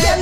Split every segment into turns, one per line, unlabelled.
¡Qué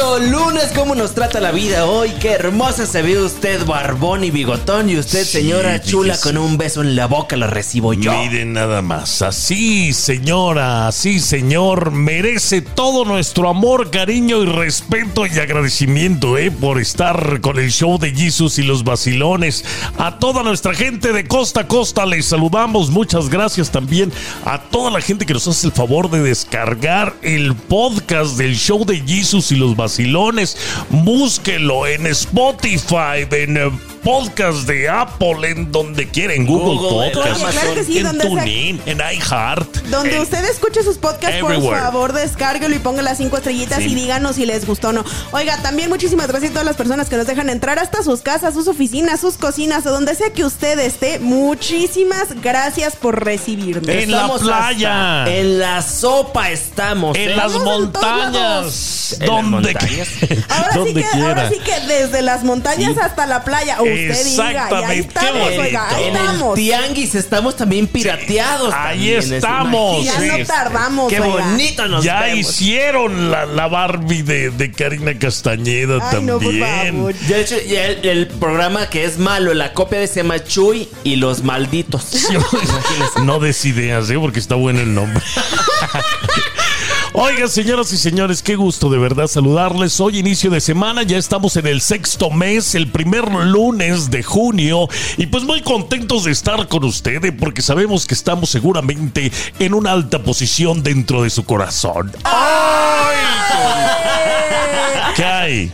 bonito lunes! ¿Cómo nos trata la vida hoy? ¡Qué hermosa se ve usted, barbón y bigotón! Y usted,
Sí,
señora chula,
fíjese.
con un beso en la boca lo recibo yo.
Miren nada más. Así, señora, así, señor, merece todo nuestro amor, cariño y respeto y agradecimiento, ¿eh? Por estar con el show de Jesus y los vacilones. A toda nuestra gente de costa a costa les saludamos. Muchas gracias también a toda la gente que nos hace el favor de descargar el podcast del show de Jesus y los vacilones. Búsquelo en Spotify, en eh, podcast de Apple, en donde quiera, en Google,
Google,
Podcast,
Oye, claro que sí,
en
donde sea-
TuneIn, en iHeart.
Donde
en-
usted escuche sus podcasts, por
Everywhere.
favor, descárguelo y ponga las cinco estrellitas
Sí.
y díganos si les gustó o no. Oiga, también muchísimas gracias a todas las personas que nos dejan entrar hasta sus casas, sus oficinas, sus cocinas, o donde sea que usted esté. Muchísimas gracias por recibirnos.
En la
Estamos
playa.
hasta- En la sopa estamos. ¿eh?
En las
Estamos en todos
montañas.
lados.
En las
donde
montañas.
qui-
Ahora sí,
donde
que, ahora sí que desde las montañas
Sí.
hasta la playa, usted diga, y ahí
Exactamente, qué
estamos,
bonito.
oiga, ahí
en el
estamos.
tianguis estamos también pirateados.
Ahí
también, es-
estamos.
Ya
imagínese.
no tardamos,
Qué
oiga.
bonito nos
ya
vemos.
hicieron la, la Barbie de, de Karina Castañeda
Ay, no, por
también.
favor.
Ya, de hecho, ya el, el programa que es malo, la copia de se llama Chuy y los malditos.
no des ideas, ¿eh? porque está bueno el nombre. Oigan, señoras y señores, qué gusto de verdad saludarles. Hoy inicio de semana, ya estamos en el sexto mes, el primer lunes de junio, y pues muy contentos de estar con ustedes porque sabemos que estamos seguramente en una alta posición dentro de su corazón. ¡Ay! ¿Qué hay?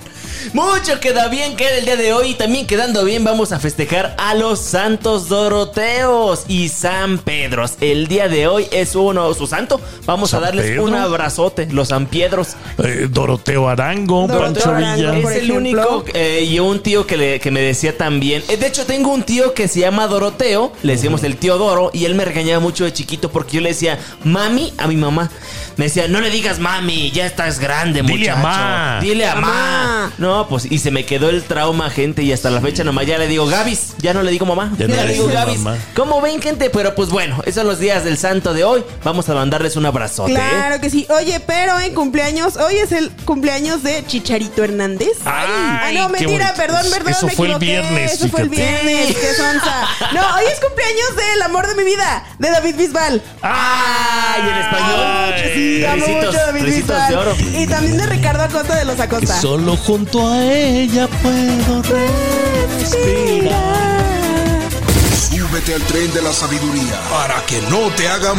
Mucho queda bien, queda el día de hoy. Y también quedando bien, vamos a festejar a los santos Doroteos y San Pedros. El día de hoy es uno, su santo. Vamos
¿San
a darles
Pedro?
un abrazote, los San Piedros.
Eh, Doroteo Arango,
Doroteo
Pancho
Arango,
Villa.
por
es el
ejemplo.
único eh, y un tío que, le- que me decía también. Eh, De hecho, tengo un tío que se llama Doroteo, le decíamos el tío Doro, y él me regañaba mucho de chiquito porque yo le decía mami a mi mamá. Me decía, no le digas mami, ya estás grande,
Dile a
muchacho.
ma.
Dile a ma.
Mamá.
No, pues, y se me quedó el trauma, gente, y hasta la fecha nomás ya le digo Gabis, ya no le digo mamá.
Ya
Ya,
no le
le digo
dices
Gabis.
mamá.
¿Cómo ven, gente? Pero pues bueno, esos son los días del santo de hoy. Vamos a mandarles un abrazote. ¿eh?
Claro que sí. Oye, pero en cumpleaños, hoy es el cumpleaños de Chicharito Hernández.
Ay,
ah, no,
qué
mentira,
bonito.
perdón, perdón,
Eso
me
fue el
equivoqué.
viernes,
Eso fue el
fíjate.
viernes, qué sonza. No, hoy es cumpleaños del amor de mi vida, de David Bisbal.
¡Ay, en español!
Ay,
Sí, amo
Besitos,
mucho a David
besitos
Bisbal.
de oro.
Y también de Ricardo Acosta de los Acosta.
Solo junto a ella puedo respirar.
Súbete al tren de la sabiduría para que no te hagan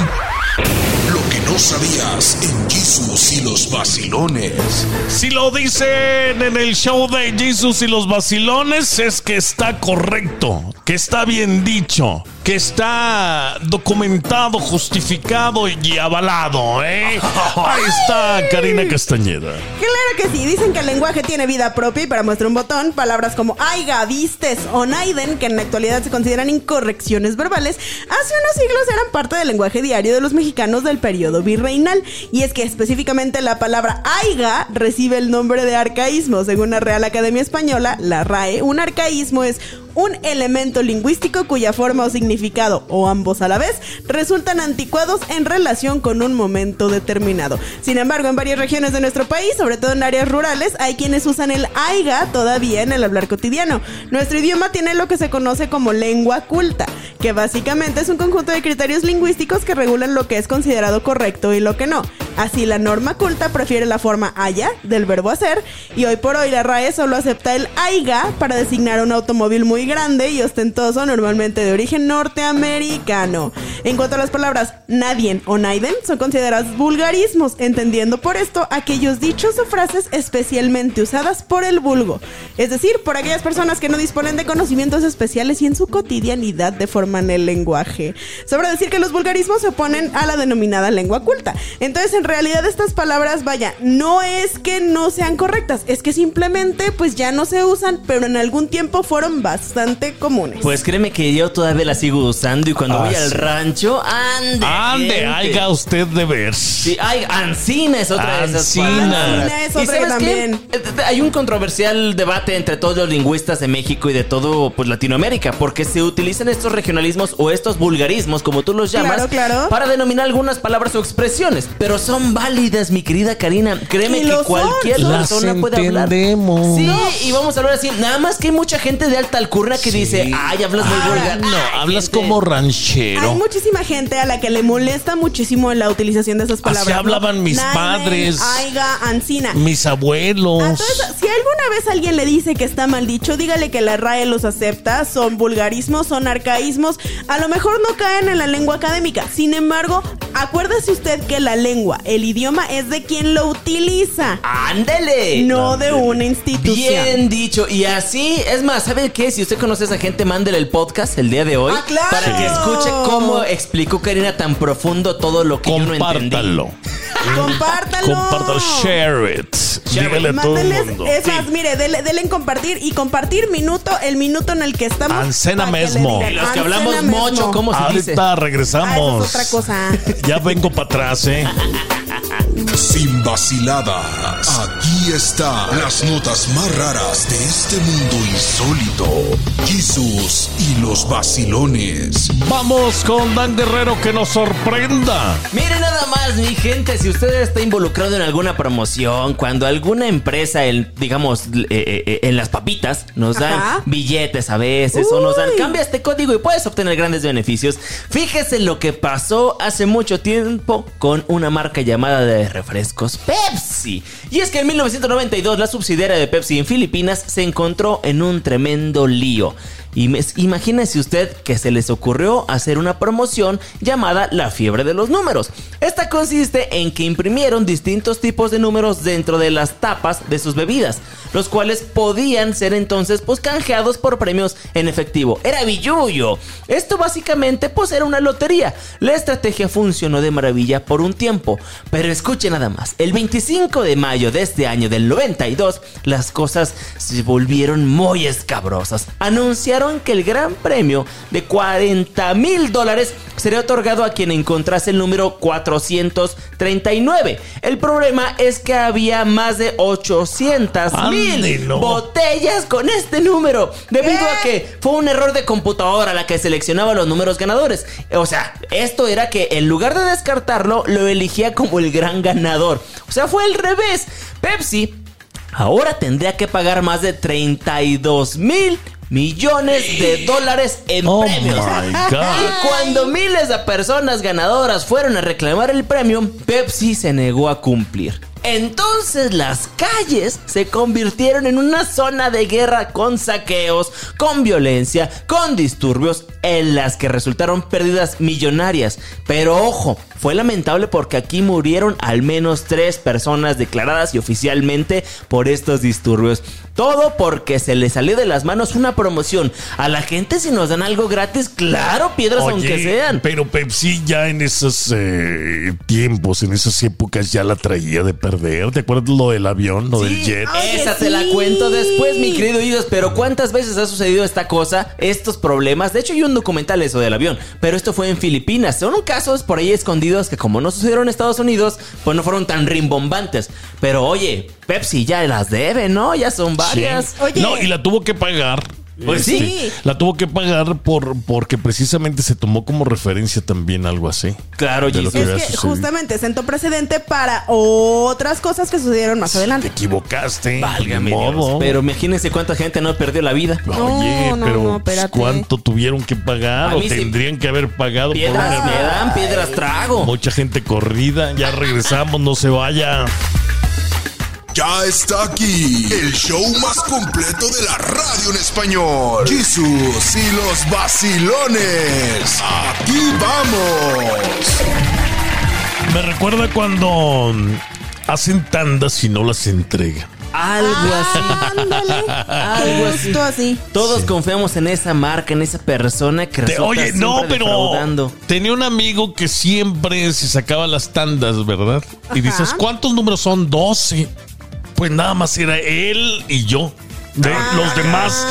lo que no sabías en Jesús y los vacilones.
Si lo dicen en el show de Jesus y los vacilones, es que está correcto, que está bien dicho, que está documentado, justificado y avalado, ¿eh? Ahí está Karina Castañeda.
Claro que sí, dicen que el lenguaje tiene vida propia y para muestra un botón, palabras como aiga, vistes o naiden, que en la actualidad se consideran incorrecciones verbales, hace unos siglos eran parte del lenguaje diario de los mexicanos del periodo virreinal. Y es que específicamente la palabra aiga recibe el nombre de arcaísmo. Según la Real Academia Española, la RAE, un arcaísmo es un elemento lingüístico cuya forma o significado, o ambos a la vez, resultan anticuados en relación con un momento determinado. Sin embargo, en varias regiones de nuestro país, sobre todo en áreas rurales, hay quienes usan el AIGA todavía en el hablar cotidiano. Nuestro idioma tiene lo que se conoce como lengua culta, que básicamente es un conjunto de criterios lingüísticos que regulan lo que es considerado correcto y lo que no. Así, la norma culta prefiere la forma haya del verbo hacer y hoy por hoy la RAE solo acepta el AIGA para designar un automóvil muy grande y ostentoso, normalmente de origen norteamericano. En cuanto a las palabras nadien o naiden, son consideradas vulgarismos, entendiendo por esto aquellos dichos o frases especialmente usadas por el vulgo, es decir, por aquellas personas que no disponen de conocimientos especiales y en su cotidianidad deforman el lenguaje. Sobre decir que los vulgarismos se oponen a la denominada lengua culta. Entonces, en realidad estas palabras, vaya, no es que no sean correctas, es que simplemente pues ya no se usan, pero en algún tiempo fueron bastante comunes.
Pues créeme que yo todavía la sigo usando y cuando
Ah,
voy al
sí.
rancho, ande.
Ande,
gente.
haga usted de ver.
Sí, ay, Ancina es otra de esas
Ancina.
palabras.
Ancina es
¿Y
otra que
sabes qué?
también.
Eh, eh, Hay un controversial debate entre todos los lingüistas de México y de todo pues, Latinoamérica, porque se utilizan estos regionalismos o estos vulgarismos, como tú los llamas,
Claro, claro.
para denominar algunas palabras o expresiones. Pero son válidas, mi querida Karina. Créeme
Y
que
lo son,
cualquier
son.
persona
Las
puede hablar.
entendemos.
Sí, y vamos a hablar así. Nada más que hay mucha gente de alta alcurnia que dice, ay, hablas muy vulgar.
No,
Ay,
hablas
gente.
como
Hay
ranchero.
muchísima gente a la que le molesta muchísimo la utilización de esas palabras.
hablaban mis
Naime,
padres.
Aiga, Ancina.
Mis abuelos.
Ah,
A todo eso, si alguna vez alguien le dice que está mal dicho, dígale que la RAE los acepta, son vulgarismos, son arcaísmos, a lo mejor no caen en la lengua académica. Sin embargo, acuérdese usted que la lengua, el idioma es de quien lo utiliza,
Ándele.
no de una institución.
Bien dicho. Y así, es más, ¿saben qué? Si usted conoce a esa gente, mándele el podcast el día de hoy.
¡Ah, claro!
Para que escuche cómo explicó Karina tan profundo todo lo que yo no entendí.
Compártalo.
Compártalo.
Compártalo. Share it. Dígale a todo el
Mándenles,
mundo.
es más, mire, dele, dele en compartir y compartir minuto, el minuto en el que estamos.
Ancena
pa' que le
mesmo.
digan,
Y los que
"Ancena
hablamos
mesmo".
mucho, ¿cómo se dice?
Ahorita
Ah, eso
regresamos.
es otra cosa.
Ya vengo para atrás, ¿eh?
Sin vaciladas, aquí están las notas más raras de este mundo insólito. Jesús y los vacilones.
Vamos con Dan Guerrero que nos sorprenda.
Mire nada más, mi gente, si usted está involucrado en alguna promoción, cuando alguna empresa, en, digamos, eh, eh, eh, en las papitas, nos dan
Ajá.
billetes a veces o nos dan,
Uy.
cambia este código y puedes obtener grandes beneficios. Fíjese lo que pasó hace mucho tiempo con una marca llamada de refrescos Pepsi. Y es que en 1992 la subsidiaria de Pepsi en Filipinas se encontró en un tremendo lío. Y me- imagínese usted que se les ocurrió hacer una promoción llamada la fiebre de los números. Esta consiste en que imprimieron distintos tipos de números dentro de las tapas de sus bebidas, los cuales podían ser entonces pues canjeados por premios en efectivo. Era billuyo. Esto básicamente pues era una lotería. La estrategia funcionó de maravilla por un tiempo, pero escuche nada más. El 25 de mayo de este año del 92, las cosas se volvieron muy escabrosas. Anunciaron que el gran premio de 40 mil dólares sería otorgado a quien encontrase el número 439. El problema es que había más de 800 mil
Ándelo.
botellas con este número, debido a que fue un error de computadora la que seleccionaba los números ganadores. O sea, esto era que en lugar de descartarlo, lo elegía como el gran ganador. O sea, fue al revés. Pepsi ahora tendría que pagar más de 32 mil millones de dólares en
Oh
premios.
my God.
Y cuando miles de personas ganadoras fueron a reclamar el premio, Pepsi se negó a cumplir. Entonces las calles se convirtieron en una zona de guerra con saqueos, con violencia, con disturbios, en las que resultaron pérdidas millonarias. Pero ojo, fue lamentable porque aquí murieron al menos tres personas declaradas y oficialmente por estos disturbios. Todo porque se le salió de las manos una promoción. A la gente si nos dan algo gratis, claro, piedras
Oye,
aunque sean.
Pero Pepsi ya en esos eh, tiempos, en esas épocas, ya la traía de perder. ¿Te acuerdas lo del avión, lo del jet?
Oye,
Esa te la
sí.
cuento después, mi querido Idos. Pero ¿cuántas veces ha sucedido esta cosa? Estos problemas. De hecho, hay un documental eso del avión. Pero esto fue en Filipinas. Son casos por ahí escondidos que como no sucedieron en Estados Unidos, pues no fueron tan rimbombantes. Pero oye, Pepsi ya las debe, ¿no? Ya son varias.
Sí.
Oye.
No, y la tuvo que pagar. Este,
Pues sí.
La tuvo que pagar por porque precisamente se tomó como referencia también algo así.
Claro,
De lo
Jesus.
que había
Es que
sucedido.
justamente sentó precedente para otras cosas que sucedieron más
Te
adelante.
equivocaste.
Válgame
ni
Dios.
modo.
Pero imagínense cuánta gente no perdió la vida.
Oye,
No, no,
pero
no,
pues,
espérate.
¿cuánto tuvieron que pagar
A
o
mí sí.
tendrían que haber pagado por un
Piedras me
avión?
dan, piedras trago.
Mucha gente corrida. Ya regresamos, no se vaya.
Ya está aquí el show más completo de la radio en español. Jesús y los vacilones. Aquí vamos.
mm, Me recuerda cuando hacen tandas y no las entregan.
Algo así.
Ándale.
Algo así.
Justo así.
Todos confiamos en esa marca, en esa persona que
Te-
resulta
oye, no,
siempre
pero
defraudando.
tenía un amigo que siempre se sacaba las tandas, ¿verdad? Y
Ajá.
dices, ¿cuántos números son? 12. Pues nada más era él y yo. De-
Ah.
Los demás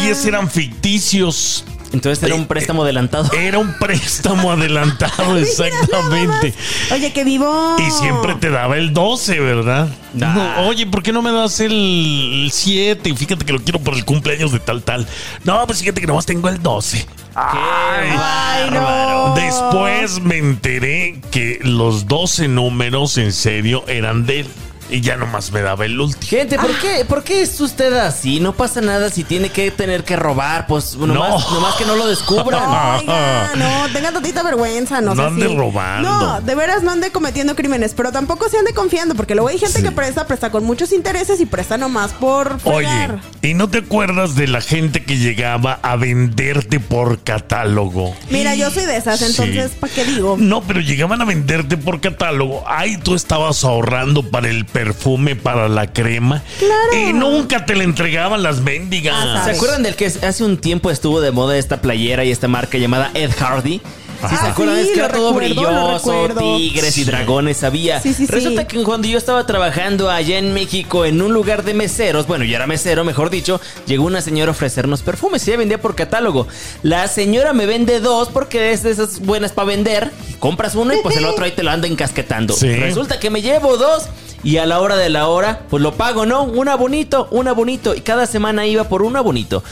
10 eran ficticios.
Entonces era
eh,
un préstamo adelantado.
Era un préstamo adelantado,
Mira nada
exactamente.
más. Oye, qué vivo.
Y siempre te daba el 12, ¿verdad?
Nah.
No, oye, ¿por qué no me das el 7? Fíjate que lo quiero por el cumpleaños de tal, tal. No, pues fíjate que nomás tengo el 12.
Ay, no.
Después me enteré que los 12 números en serio eran de él. Y ya nomás me daba el último.
Gente,
Ah.
¿por, qué, ¿por qué es usted así? No pasa nada si tiene que tener que robar. Pues nomás,
No.
nomás que no lo descubran.
No, oiga, no, tengan tantita vergüenza, no,
No
sé
ande
si-
robando.
No, de veras no ande cometiendo crímenes, pero tampoco se ande confiando, porque luego hay gente que presta, presta con muchos intereses y presta nomás por
Oye,
fregar.
¿y no te acuerdas de la gente que llegaba a venderte por catálogo?
Mira, yo soy de esas,
Sí.
entonces, ¿para qué digo?
No, pero llegaban a venderte por catálogo. Ay, tú estabas ahorrando para el perfume, para la crema.
Claro.
Y nunca te la entregaban las mendigas.
Ah,
¿Se
¿sabes?
acuerdan del que hace un tiempo estuvo de moda esta playera y esta marca llamada Ed Hardy? Si
Ah,
se acuerdan,
sí,
es que
lo
era todo
recuerdo, lo
brilloso,
recuerdo.
tigres
Sí.
y dragones había.
Sí, sí, sí.
Resulta que cuando yo estaba trabajando allá en México en un lugar de meseros, bueno, yo era mesero, mejor dicho, llegó una señora a ofrecernos perfumes y ella vendía por catálogo. La señora me vende dos porque es de esas buenas para vender. Compras uno y pues el otro ahí te lo anda encasquetando.
Sí.
Resulta que me llevo dos y a la hora de la hora, pues lo pago, ¿no? Una bonito, una bonito. Y cada semana iba por una bonito.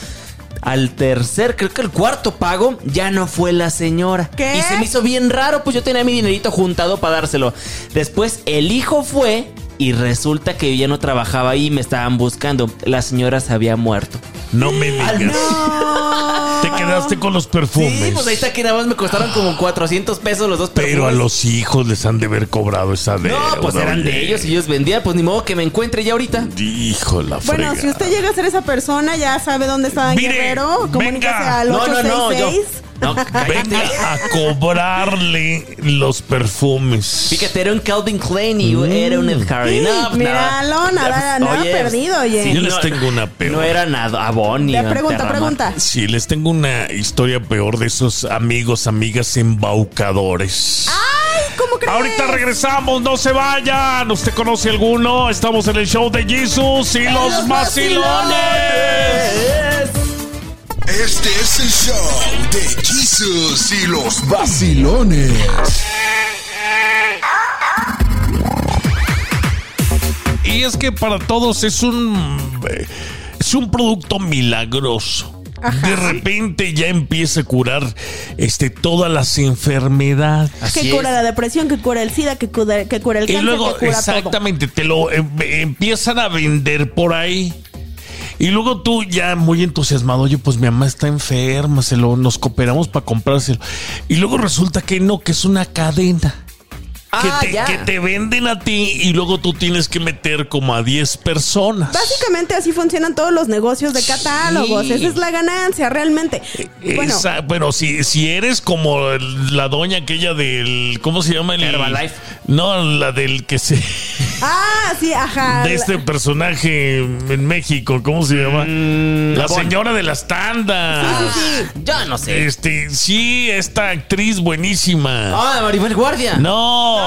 Al tercer, creo que el cuarto pago, ya no fue la señora.
¿Qué?
Y se me hizo bien raro, pues yo tenía mi dinerito juntado para dárselo. Después el hijo fue y resulta que yo ya no trabajaba ahí, me estaban buscando. La señora se había muerto.
No me digas.
No.
Te quedaste con los perfumes.
Ah, Sí, pues ahí está que nada más me costaron como 400 pesos los dos
Pero a
perfumes.
los hijos les han de haber cobrado esa deuda.
No, pues eran
oye.
de ellos y ellos vendían, pues ni modo que me encuentre ya ahorita.
Hijo de la
Bueno,
frega.
si usted llega a ser esa persona, ya sabe dónde está Dan
Mire,
Guerrero. Comuníquese
venga.
al
No, no, no, yo.
866.
No, cállate.
Venga a cobrarle los perfumes.
Fíjate, era un Calvin Klein y era un Ed Hardy. No, pues, nada.
Míralo, nada,
Pues,
nada
oye,
perdido, oye.
Sí, yo les
no-
tengo una peor.
No era nada, Avon ni
Ya, pregunta,
Terramar.
pregunta.
Sí, les tengo una historia peor de esos amigos, amigas embaucadores.
Ay, ¿cómo crees?
Ahorita regresamos, no se vayan. ¿Usted conoce alguno? Estamos en el show de Jesus y los vacilones.
Este es el show de Jesus y los vacilones.
Y es que para todos es un eh, es un producto milagroso. De repente ya empieza a curar este todas las enfermedades.
Así
Que
es.
cura la depresión, que cura el SIDA, que cura, que cura el
Y
cáncer,
luego,
que cura todo.
exactamente, te lo em- empiezan a vender por ahí. Y luego tú ya muy entusiasmado, oye, pues mi mamá está enferma, se lo, nos cooperamos para comprárselo. Y luego resulta que no, que es una cadena. Que,
Ah,
te,
ya.
que te venden a ti y luego tú tienes que meter como a 10 personas.
Básicamente así funcionan todos los negocios de catálogos.
Sí.
Esa es la ganancia, realmente. Bueno,
Esa- bueno, si, si eres como el- la doña aquella del. ¿Cómo se llama? El,
Herbalife.
No, la del que se.
ah, sí, ajá.
de este personaje en México, ¿cómo se llama? mm, la
Gabón.
señora de las tandas.
Yo no sé.
Este, sí, esta actriz buenísima.
Ah, Maribel Guardia.
No.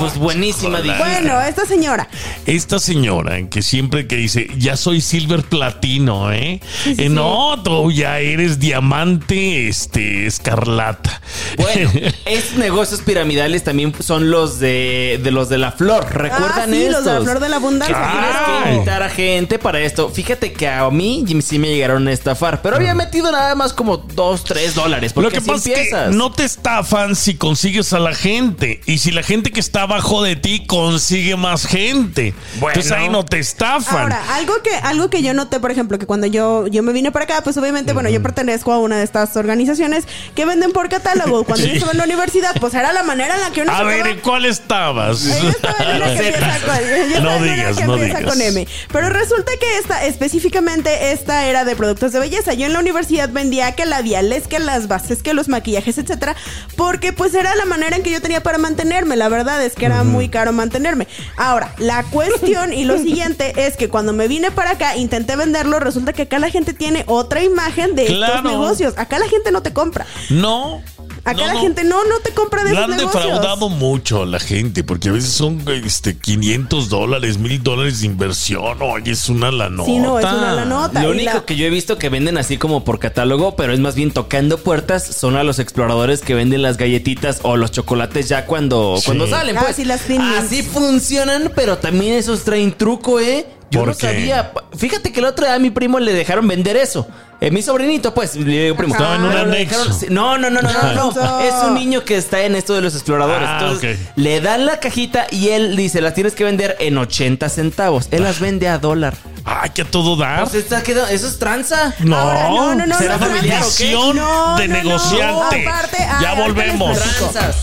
Pues buenísima,
Ojalá.
dijiste.
Bueno, esta señora.
Esta señora que siempre que dice, ya soy silver platino, ¿eh? Eh, no, tú ya eres diamante, este, escarlata.
Bueno, estos negocios piramidales también son los de, de los de la flor.
Ah,
¿Recuerdan
sí,
estos?
los de la flor de la abundancia.
Ah.
claro.
Tienes que invitar a gente para esto. Fíjate que a mí sí me llegaron a estafar, pero había metido nada más como 2, 3 dólares. Porque
Lo que
así
pasa es
empiezas.
que no te estafan si consigues a la gente. Y si la gente que está abajo de ti consigue más gente.
Bueno.
Entonces ahí no te estafan.
Ahora, algo que, algo que yo noté, por ejemplo, que cuando yo, yo me vine para acá, pues obviamente, bueno, yo pertenezco a una de estas organizaciones que venden por catálogo. Cuando yo estaba en la universidad, pues era la manera en la que uno
a
sacaba-
ver, ¿en cuál estabas?
Yo estaba en una que-
Recetas.
exacto, en ya
No
saben, una
digas,
que
no
empieza
digas.
con M. Pero resulta que esta, específicamente esta era de productos de belleza. Yo en la universidad vendía que labiales, que las bases, que los maquillajes, etcétera, porque pues era la manera en que yo tenía para mantenerme. La verdad es que era muy caro mantenerme. Ahora, la cuestión y lo siguiente es que cuando me vine para acá, intenté venderlo, resulta que acá la gente tiene otra imagen de estos
Claro.
negocios. Acá la gente no te compra.
No.
Acá
no,
la
no.
gente no, no te compra de
La
esos
han
negocios.
defraudado mucho a la gente, porque a veces son este, 500 dólares, 1000 dólares de inversión. Oye, es una la nota.
Sí, no, es una la nota.
Lo
y la-
único que yo he visto que venden así como por catálogo, pero es más bien tocando puertas, son a los exploradores que venden las galletitas o los chocolates ya cuando,
Sí.
cuando salen.
Ah,
Pues.
sí, las thin mints.
así funcionan, pero también esos traen truco, ¿eh? Yo
¿Por
no
qué?
sabía. Fíjate que el otro día a mi primo le dejaron vender eso. Eh, mi sobrinito, pues, le digo primo.
Estaba en un
Pero le
anexo.
dejaron- sí, No, no, no, no, no, no. Es un niño que está en esto de los exploradores.
Ah,
Entonces,
ok.
le dan la cajita y él dice, las tienes que vender en 80 centavos. Él las vende a dólar.
Ay, que a todo dar.
Pues está quedando- eso es tranza.
No,
Ahora, no, no, no,
¿será
no,
familiar o qué?
Visión
No,
de
no, no.
negociante.
Aparte, ay,
ya
ahorita
volvemos.
les platico.
Tranzas.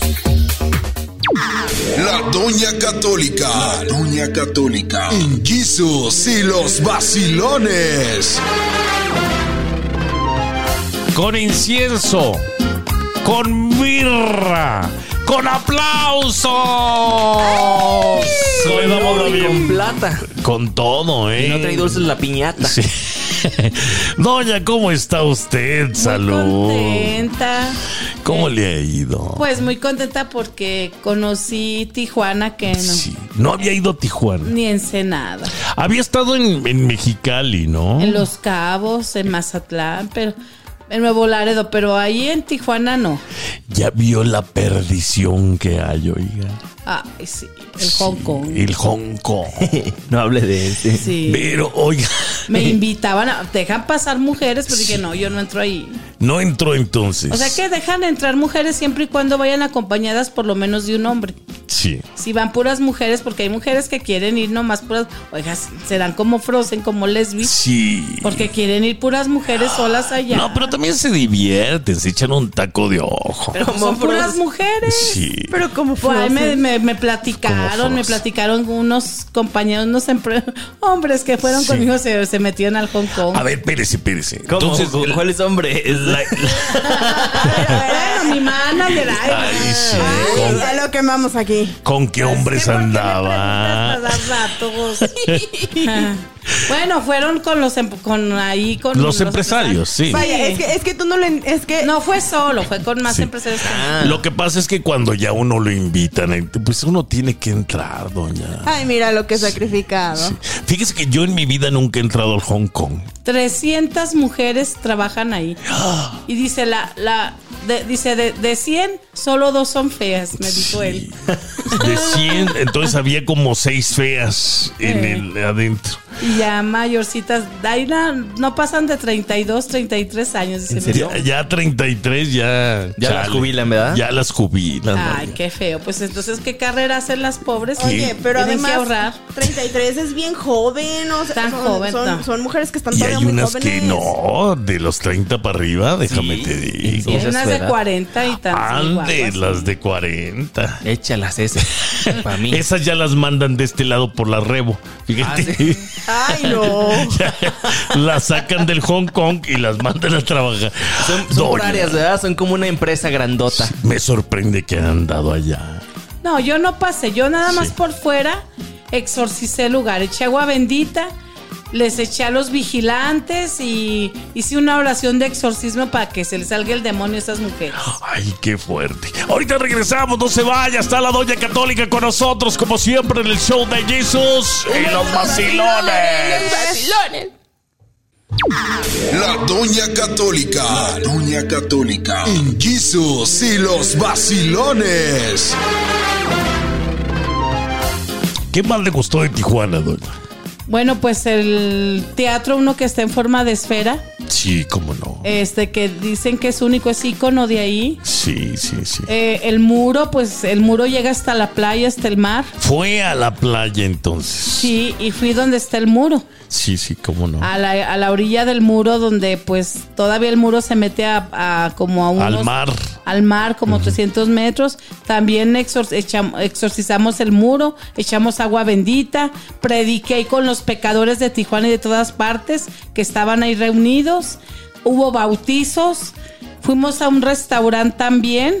La Doña Católica. La Doña Católica. En Jesus y los vacilones.
Con incienso. Con mirra. Con aplausos. Le damos la
Y Con
bien-
plata.
Con todo, ¿eh?
Y no trae dulces la piñata.
Sí. Doña, ¿cómo está usted? Salud.
contenta.
¿Cómo le ha ido?
Pues muy contenta porque conocí Tijuana que no,
Sí. No había ido a Tijuana.
ni Ensenada.
Había estado en, en Mexicali, ¿no?
En Los Cabos, en Mazatlán, pero en Nuevo Laredo, pero ahí en Tijuana no.
Ya vio la perdición que hay, oiga.
Ay, sí, el Hong
Sí,
Kong.
El Hong Kong.
No hable de ese.
Sí.
Pero, oiga,
Me invitaban a dejan pasar mujeres, pero dije, no, yo no entro ahí.
no entró entonces.
O sea que dejan entrar mujeres siempre y cuando vayan acompañadas por lo menos de un hombre.
Sí.
Si van puras mujeres, porque hay mujeres que quieren ir nomás puras, oiga, serán como Frozen, como lesbi.
Sí.
Porque quieren ir puras mujeres solas allá.
No, pero también se divierten, se echan un taco de ojo.
son puras mujeres.
Sí.
Pero como
Por ahí Pues, me,
Frozen.
me- me
Como Frozen.
platicaron, me platicaron unos compañeros, unos empre- hombres que fueron
Sí.
conmigo, se, se metieron al Hong Kong.
A ver, espérese, espérese.
¿Cómo?
Entonces,
¿Cu- ¿Cuál es hombre? Es la-
Bueno, mi manager, ay,
Ay, sí,
Ay, ya lo quemamos aquí.
¿Con qué hombres
¿por Pues, qué me
andaba?
preguntas para dar datos? bueno, fueron con los em- con ahí con
Los empresarios, sí.
Vaya, es que, es que tú no le. Es que.
No fue solo, fue con más
Sí. Ah,
empresarios. que-
Lo que pasa es que cuando ya uno lo invitan, eh, pues uno tiene que entrar, doña.
Ay, mira lo que sacrificado.
Sí. Fíjese que yo en mi vida nunca he entrado al Hong Kong.
300 mujeres trabajan ahí. Y dice la la de- dice de, de 100 solo dos son feas, me dijo él.
Sí. De 100, entonces había como seis feas en
Eh.
el adentro.
Y ya mayorcitas, Daina no pasan de 32, 33 años, dice.
¿En serio?
Ya, ya 33, ya.
Ya las jubilan, ¿verdad?
Ya las jubilan.
Ay,
doña.
qué feo. Pues entonces, ¿qué carrera hacen las pobres?
Oye, pero
Tienen que
además.
ahorrar.
33 es bien joven. O sea,
Tan
son,
joven,
son,
no.
son mujeres que están
Y
todavía
hay
muy
unas
jóvenes.
que no, de los 30 para arriba, déjame
Sí,
te
sí,
digo.
Tienen
Esas
unas de
fuera.
40 y tantas.
pues
Ande,
guapas.
las de 40.
Échalas ese. Para mí.
Esas ya las mandan de este lado por la rebo. Fíjate.
Ah, sí.
Ay, no.
las sacan del Hong Kong y las mandan a trabajar.
Son, son
Doña,
por áreas, ¿verdad? Son como una empresa grandota.
Me sorprende que han andado allá.
No, yo no pasé. Yo nada más
Sí.
por fuera exorcicé el lugar. Eché agua bendita, les eché a los vigilantes y hice una oración de exorcismo para que se les salga el demonio a esas mujeres.
Ay, qué fuerte. Ahorita regresamos, no se vaya. Está la doña católica con nosotros, como siempre, en el show de Jesús y los vacilones.
La Doña Católica. La Doña Católica. En Jesus y los vacilones.
¿Qué más le gustó de Tijuana, doña?
Bueno, pues el teatro, uno que está en forma de esfera,
Sí, cómo no.
este que dicen que es único, es ícono de ahí.
Sí, sí, sí.
Eh, el muro, pues el muro llega hasta la playa, hasta el mar.
Fue a la playa entonces.
Sí, y fui donde está el muro.
Sí, sí, cómo no.
a la, a la orilla del muro donde pues todavía el muro se mete a, a como a unos
Al mar.
al mar como 300 metros. También exor- echam- exorcizamos el muro, echamos agua bendita. Prediqué con los pecadores de Tijuana y de todas partes que estaban ahí reunidos. Hubo bautizos. Fuimos a un restaurante también.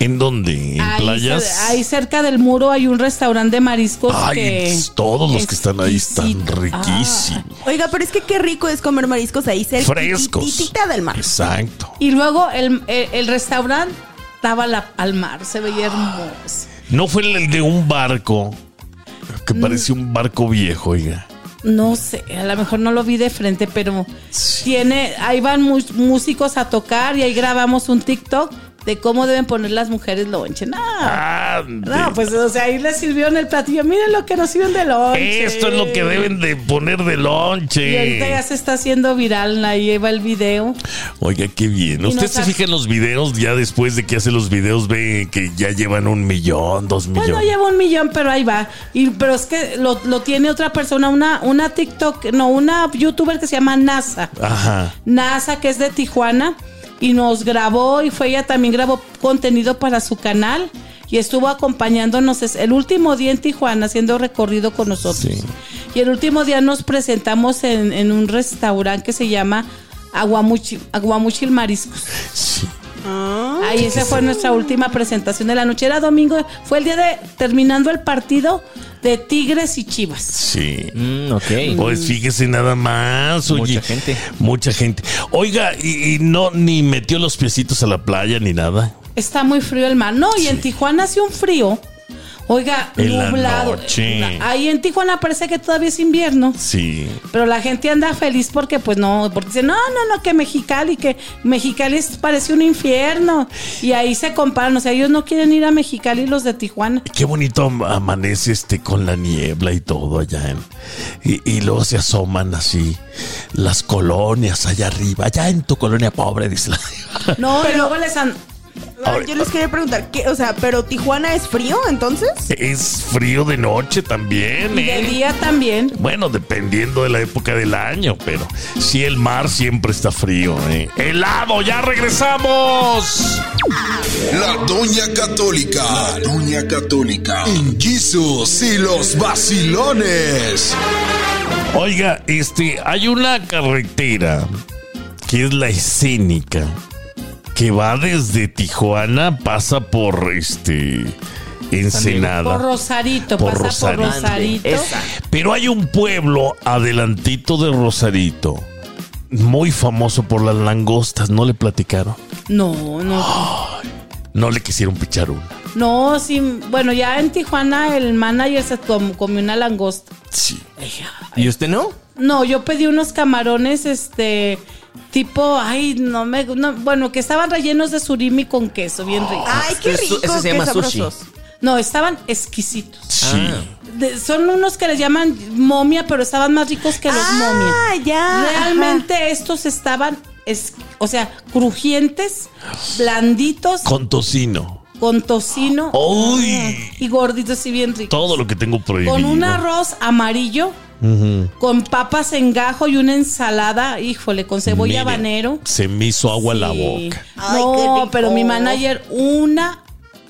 ¿En dónde? ¿En
Ahí
playas?
cer- Ahí cerca del muro hay un restaurante de mariscos
Ay,
que...
todos los que están ahí están
exquisito. Ah.
riquísimos.
Oiga, pero es que qué rico es comer mariscos ahí cerca.
Frescos.
Titita del mar.
Exacto.
Y luego el, el- el restaurante daba la- al mar, se veía hermoso.
No fue el de un barco que parecía un barco viejo, oiga.
No sé, a lo mejor no lo vi de frente, pero tiene, ahí van mu- músicos a tocar y ahí grabamos un TikTok de cómo deben poner las mujeres lonche. No,
Ah, Ande.
no, pues o sea, ahí les sirvieron el platillo. Miren lo que nos sirven de lonche.
Esto es lo que deben de poner de
Y ahorita ya
lonche.
se está haciendo viral, ahí va el video.
Oiga, qué bien.
Y
Usted
nos
se
ha-
fija en los videos, ya después de que hace los videos, ve que ya llevan un millón, dos
Pues no
millones.
lleva un millón, pero ahí va. Y, pero es que lo, lo tiene otra persona, una, una TikTok, no, una youtuber que se llama NASA.
Ajá.
NASA, que es de Tijuana, y nos grabó, y fue ella también grabó contenido para su canal, y estuvo acompañándonos es- el último día en Tijuana, haciendo recorrido con nosotros.
Sí.
Y el último día nos presentamos en, en un restaurante que se llama Aguamuchi- Aguamuchil Mariscos.
Sí.
Ahí esa fue nuestra última presentación de la noche. Era domingo, fue el día de terminando el partido de Tigres y Chivas.
Sí.
Mm, ok.
Pues fíjese nada más, oye.
Mucha gente.
Mucha gente. Oiga, y, y no, ni metió los piecitos a la playa ni nada.
Está muy frío el mar. No, y en Tijuana hace un frío. Oiga,
En la
nublado.
noche.
Ahí en Tijuana parece que todavía es invierno.
Sí.
Pero la gente anda feliz porque, pues no, porque dice, no, no, no, que Mexicali, que Mexicali es- parece un infierno. Y ahí se comparan, o sea, ellos no quieren ir a Mexicali los de Tijuana.
Qué bonito am- amanece este con la niebla y todo allá. en- y, y luego se asoman así las colonias allá arriba, allá en tu colonia pobre, dice la
No, y luego les han...
Ah, Yo les quería preguntar, ¿qué, o sea, pero Tijuana es frío entonces?
Es frío de noche también,
y de
¿eh?
día también.
Bueno, dependiendo de la época del año, pero sí el mar siempre está frío, ¿eh? ¡Helado! ¡Ya regresamos!
La Doña Católica. La Doña Católica. En Jesus y los vacilones.
Oiga, este, hay una carretera que es la escénica que va desde Tijuana, pasa por este
Por
Ensenada.
Rosarito,
Por
pasa por
Rosarito.
Rosarito.
Esa.
Pero hay un pueblo adelantito de Rosarito, muy famoso por las langostas, no le platicaron,
No, no.
no le quisieron pichar una.
No, sí. Bueno, ya en Tijuana el manager se com- comió una langosta.
Sí.
¿Y usted no?
No, yo pedí unos camarones, este, tipo, ay, no me, no, bueno, que estaban rellenos de surimi con queso, bien rico.
Ay, qué
Eso-
rico,
eso se
qué
llama sushi.
sabrosos.
No, estaban exquisitos.
Sí.
De- son unos que les llaman momia, pero estaban más ricos que los momia.
Ah, ya. ajá.
Realmente estos estaban, es- o sea, crujientes, blanditos, con,
Con tocino.
tocino
¡Uy!
y gorditos y bien ricos.
Todo lo que tengo prohibido.
Con un arroz amarillo, con papas en gajo y una ensalada, híjole, con cebolla
Mire,
habanero.
Se me hizo agua la
Sí.
boca.
Ay, qué
no,
rico.
pero mi manager, una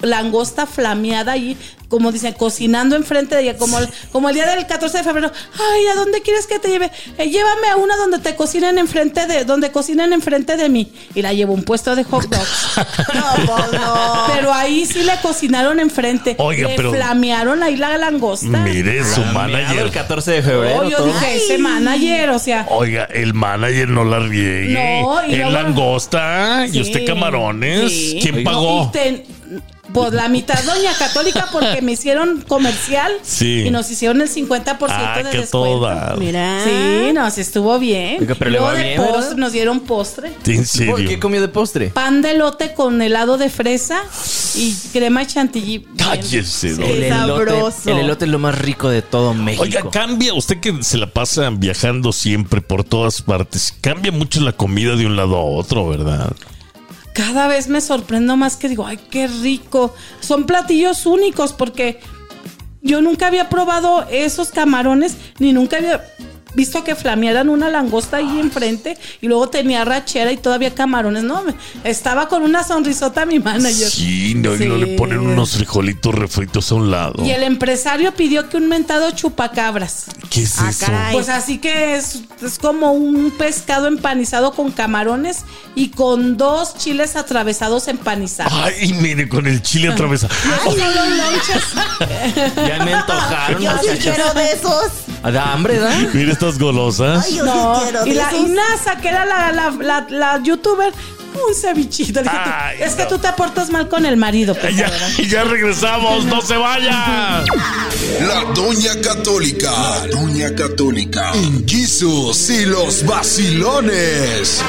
langosta flameada y como dicen, cocinando enfrente de ella, como, el- como el día del 14 de febrero. Ay, ¿a dónde quieres que te lleve? Eh, llévame a una donde te cocinen enfrente de, donde cocinan enfrente de mí. Y la llevo a un puesto de hot dogs.
No, pues no.
pero ahí sí le cocinaron enfrente.
Oiga,
Le
pero-
flamearon ahí la langosta.
Mire, su
Ah, El
manager.
14 de febrero.
Oh, yo
todo.
dije, ese manager, o sea,
Oiga, el manager no la riegue.
No, y
el
luego-
langosta y
Sí.
usted camarones.
Sí.
¿Quién
No,
pagó?
y te- pues la mitad doña católica porque me hicieron comercial
Sí.
y nos hicieron el 50%
Ah,
de
que
descuento.
toda.
Mira.
Sí, nos estuvo bien.
Oiga, pero le
Luego
va
de
bien,
postre,
¿verdad?
nos dieron postre.
En
¿Por qué
serio.
comió de postre?
Pan de elote con helado de fresa y crema chantilly. Bien.
Cállese, don.
Qué sabroso.
el elote es lo más rico de todo México.
Oiga, cambia, usted que se la pasa viajando siempre por todas partes, cambia mucho la comida de un lado a otro, ¿verdad?
Cada vez me sorprendo más que digo, ay, qué rico. Son platillos únicos porque yo nunca había probado esos camarones ni nunca había visto que flamearan una langosta ahí enfrente y luego tenía rachera y todavía camarones. No, me- estaba con una sonrisota mi manager.
Sí, no, y luego le
Sí.
ponen unos frijolitos refritos a un lado.
Y el empresario pidió que un mentado chupacabras.
¿Qué es
Ah,
eso?
caray.
Pues así que es, es como un pescado empanizado con camarones y con dos chiles atravesados empanizados.
Ay, mire, con el chile atravesado.
Ay, no, los lonches.
Ya me antojaron,
Yo sí
muchachos.
quiero de esos.
Da hambre, ¿da?
Mira estas golosas.
Ay, yo sí
No,
quiero de
y la
esos.
y NASA, que era la, la, la, la youtuber, un cevichito. Le dije, tú,
Ay,
es que
no.
tú te portas mal con el marido. pues,
ya,
la verdad.
ya regresamos, no se vaya.
La Doña Católica. La Doña Católica. En Jesus y los vacilones.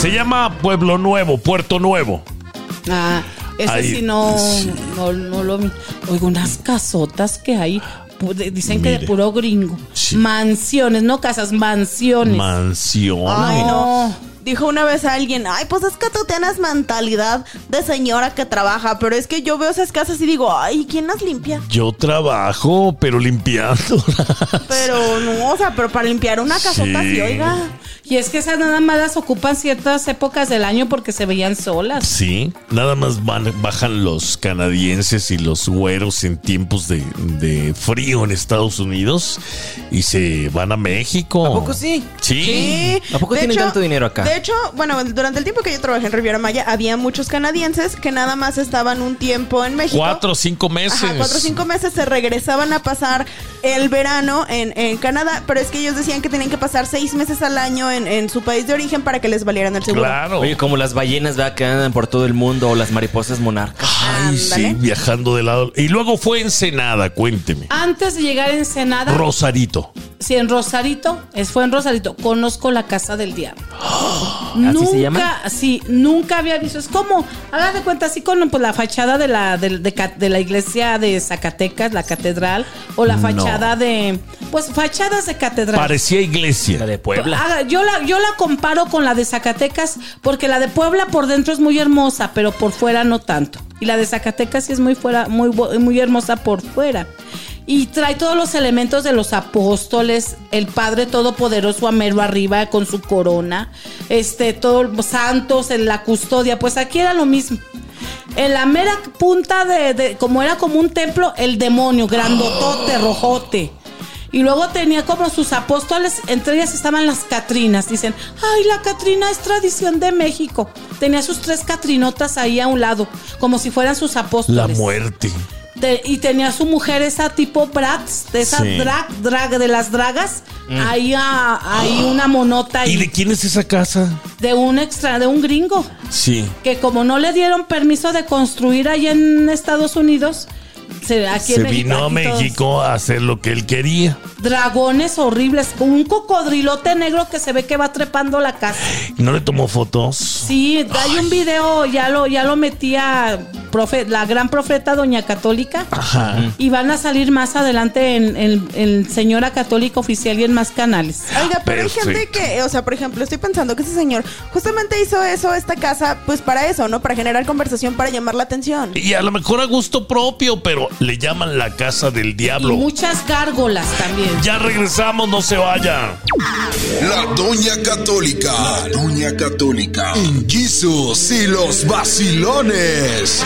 Se llama Pueblo Nuevo, Puerto Nuevo.
Ah, ese
Ahí,
sí no,
sí.
no, no lo vi. Oigo, unas casotas que hay. pu- de- Dicen que
Mire.
de puro gringo.
Sí.
Mansiones, no casas, mansiones.
Mansión.
Ay,
No.
no. Dijo una vez a alguien, ay, pues es que tú tienes mentalidad de señora que trabaja, pero es que yo veo esas casas y digo, ay, ¿quién las limpia?
Yo trabajo, pero limpiando.
Pero no, o sea, pero para limpiar una casota, sí,
Sí.
oiga.
Y es que esas nada más las ocupan ciertas épocas del año porque se veían solas.
Sí, nada más van- bajan los canadienses y los güeros en tiempos de, de frío en Estados Unidos y se van a México.
¿A poco sí?
Sí.
¿A poco
De
tienen tanto dinero acá?
De hecho, bueno, durante el tiempo que yo trabajé en Riviera Maya, había muchos canadienses que nada más estaban un tiempo en México.
Cuatro o cinco meses.
Ajá, cuatro o cinco meses se regresaban a pasar el verano en, en Canadá, pero es que ellos decían que tenían que pasar seis meses al año en, en su país de origen para que les valieran el seguro.
Claro.
Oye, como las ballenas, ¿verdad? Que andan por todo el mundo o las mariposas monarcas.
Ay, sí,
Ándale.
viajando de lado. Y luego fue Ensenada, cuénteme.
Antes de llegar a Ensenada,
Rosarito.
si en Rosarito, es, fue en Rosarito, conozco la casa del diablo.
¿Así se llama?
Nunca, sí, nunca había visto. Es como, haga de cuenta, así con pues, la fachada de la, de, de ca- de la iglesia de Zacatecas, la catedral, o la
No.
fachada de. Pues fachadas de catedral.
Parecía iglesia.
La de Puebla.
Haga- yo, la, yo la comparo con la de Zacatecas porque la de Puebla por dentro es muy hermosa, pero por fuera no tanto. Y la de Zacatecas sí es muy, fuera, muy, bu- muy hermosa por fuera. Y trae todos los elementos de los apóstoles, el Padre Todopoderoso a mero arriba con su corona, este, todos los santos en la custodia, pues aquí era lo mismo. En la mera punta de, de- como era como un templo, el demonio, grandotote, rojote. Y luego tenía como sus apóstoles, entre ellas estaban las Catrinas. Dicen, ay, la Catrina es tradición de México. Tenía sus tres Catrinotas ahí a un lado, como si fueran sus
La
apóstoles.
muerte.
Te- y tenía su mujer esa tipo Bratz, de esa
Sí. Mm.
drag, drag de las dragas. Ahí, a- ahí una monota ahí,
¿Y de
de,
quién es esa casa?
un extra, de un gringo
Sí.
que como no le dieron permiso de construir allá en Estados Unidos, se, aquí en
Se
México,
vino a
aquí todos-
México a hacer lo que él quería.
dragones horribles, con un cocodrilote negro que se ve que va trepando la casa.
No le tomó fotos.
Sí, hay un video, ya lo, ya lo metía profe, la gran profeta Doña Católica.
Ajá.
Y van a salir más adelante en, en- en Señora Católica Oficial y en más canales.
Oiga, pero hay gente
Perfecto.
que, o sea, por ejemplo, estoy pensando que ese señor justamente hizo eso, esta casa, pues para eso, ¿no? Para generar conversación, para llamar la atención.
Y a lo mejor a gusto propio, pero le llaman la casa del
Y
diablo.
muchas gárgolas también.
Ya regresamos, no se vaya.
La Doña Católica. La Doña Católica. En Jesus y los vacilones.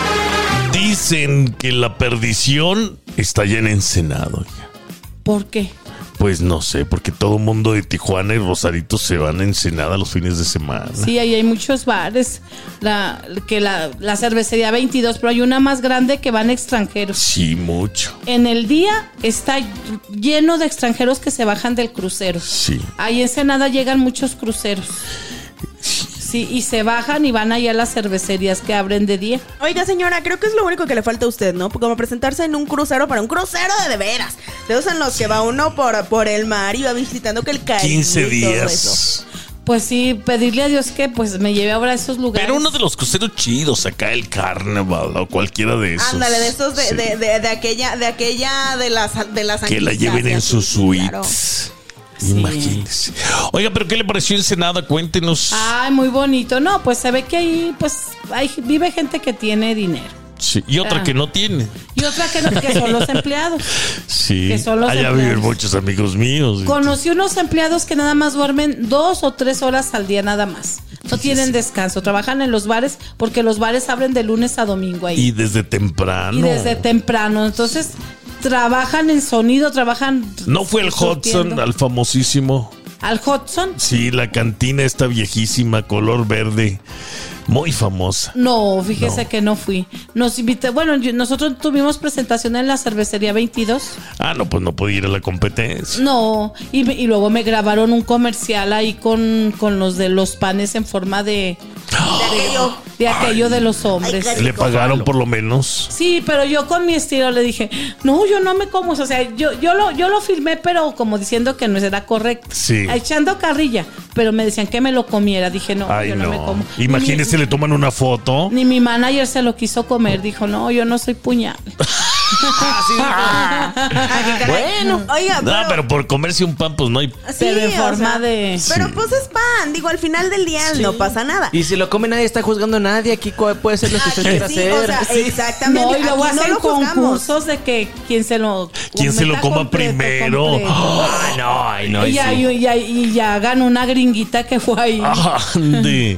Dicen que la perdición está ya en Ensenado. oiga.
¿Por qué?
Pues no sé, porque todo el mundo de Tijuana y Rosarito se van a Ensenada los fines de semana.
Sí, ahí hay muchos bares. La, que la, la cervecería 22, pero hay una más grande que van extranjeros.
Sí, mucho.
En el día está lleno de extranjeros que se bajan del crucero.
Sí.
Ahí en Senada llegan muchos cruceros. Sí, y se bajan y van ahí a las cervecerías que abren de día.
Oiga, señora, creo que es lo único que le falta a usted, ¿no? Como presentarse en un crucero para un crucero de de veras. De esos en los que va uno por, por el mar y va visitando que el Caribe.
15
y todo eso.
días.
Pues sí, pedirle a Dios que pues me lleve ahora a esos lugares.
Pero uno de los cruceros chidos, acá el carnaval o cualquiera de esos.
Ándale, de esos de,
Sí.
de, de- de aquella, de aquella de las de las
que la
anguilas
lleven
y
en
así,
sus
claro.
suites.
Sí.
Imagínense. Oiga, pero ¿qué le pareció Ensenada? Cuéntenos.
Ah.
Ay, muy bonito. No, pues se ve que ahí pues hay, vive gente que tiene dinero.
Sí, Y otra
Ah.
que no tiene.
Y otra que, no- que son los empleados.
Sí.
Que son los
Allá
empleados.
viven muchos amigos míos.
Conocí unos empleados que nada más duermen dos o tres horas al día nada más. No tienen descanso. Trabajan en los bares porque los bares abren de lunes a domingo ahí.
Y desde temprano.
y desde temprano. Entonces, trabajan en sonido, trabajan.
¿No fue el Hudson,
surtiendo.
al famosísimo?
Al Hudson.
Sí, la cantina esta viejísima, color verde, muy famosa.
No, fíjese
No.
que no fui. Nos invitó, bueno, yo- nosotros tuvimos presentación en la cervecería 22.
Ah, no, pues no podía ir a la competencia.
No, y, me- y luego me grabaron un comercial ahí con, con los de los panes en forma de,
Aquello.
de aquello de los hombres.
Ay, qué
Le pagaron por lo menos.
Sí, pero yo con mi estilo le dije, no, yo no me como, eso". o sea, yo, yo lo, yo lo filmé, pero como diciendo que no era correcto.
Sí.
Echando carrilla, pero me decían que me lo comiera. Dije, no,
Ay,
yo no, me
no.
como.
Imagínese, le toman una foto.
Ni, ni mi manager se lo quiso comer, dijo, no, yo no soy puñal.
Ah, Bueno.
Oiga,
No, pero por comerse un pan, pues no hay.
Sí,
Pero en
o
forma
sea,
de-
Pero
Sí.
pues es pan, digo, al final del día no pasa nada.
Y si lo come nadie está juzgando a nadie. Aquí cu- puede ser lo que usted
Aquí
quiera
sí, o
hacer.
sea,
Sí.
exactamente.
No, y luego
aquí no
hacen
lo juzgamos.
concursos de que quien se lo
¿Quién se lo
meta
coma
completo,
primero?
completo.
Ay, no, ay, no.
y, ya, y, ya, y ya hagan una gringuita que fue ahí.
Ah, Ande.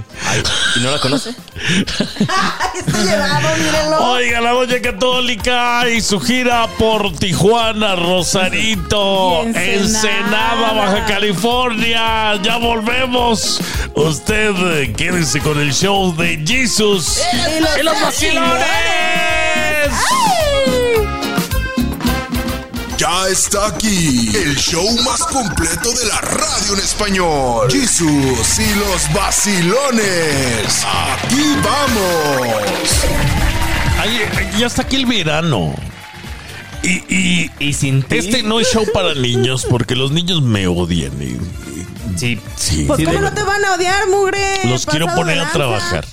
¿Y no la conoce?
Está llevado, mírenlo.
Oiga, la doña católica y su gira por Tijuana, Rosarito,
Y Ensenada.
Ensenada, Baja California. Ya volvemos. Usted eh, quédese con el show de Jesus
Eh,
y los vacilones.
Ya está aquí el show más completo de la radio en español. Jesús y los vacilones. Aquí vamos.
Ay, ay, ya está aquí el verano. Y, y
Y sin ti.
este no es show para niños porque los niños me odian. y-
Sí.
Sí.
Pues,
Sí,
¿cómo
de-
no te van a odiar, mugre?
Los quiero
Pasado de
poner a
lanza.
trabajar.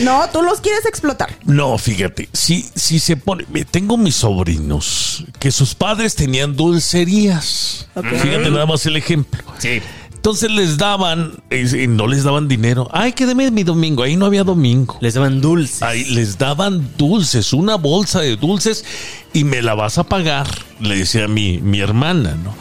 No, tú los quieres explotar.
No, fíjate, si, si se pone, me- tengo mis sobrinos que sus padres tenían dulcerías.
Ok.
Fíjate nada más el ejemplo.
Sí.
Entonces les daban, eh, y no les daban dinero. Ay, que deme mi domingo. Ahí no había domingo.
Les daban dulce.
Ahí les daban dulces, una bolsa de dulces y me la vas a pagar, le decía mi, mi hermana, ¿no?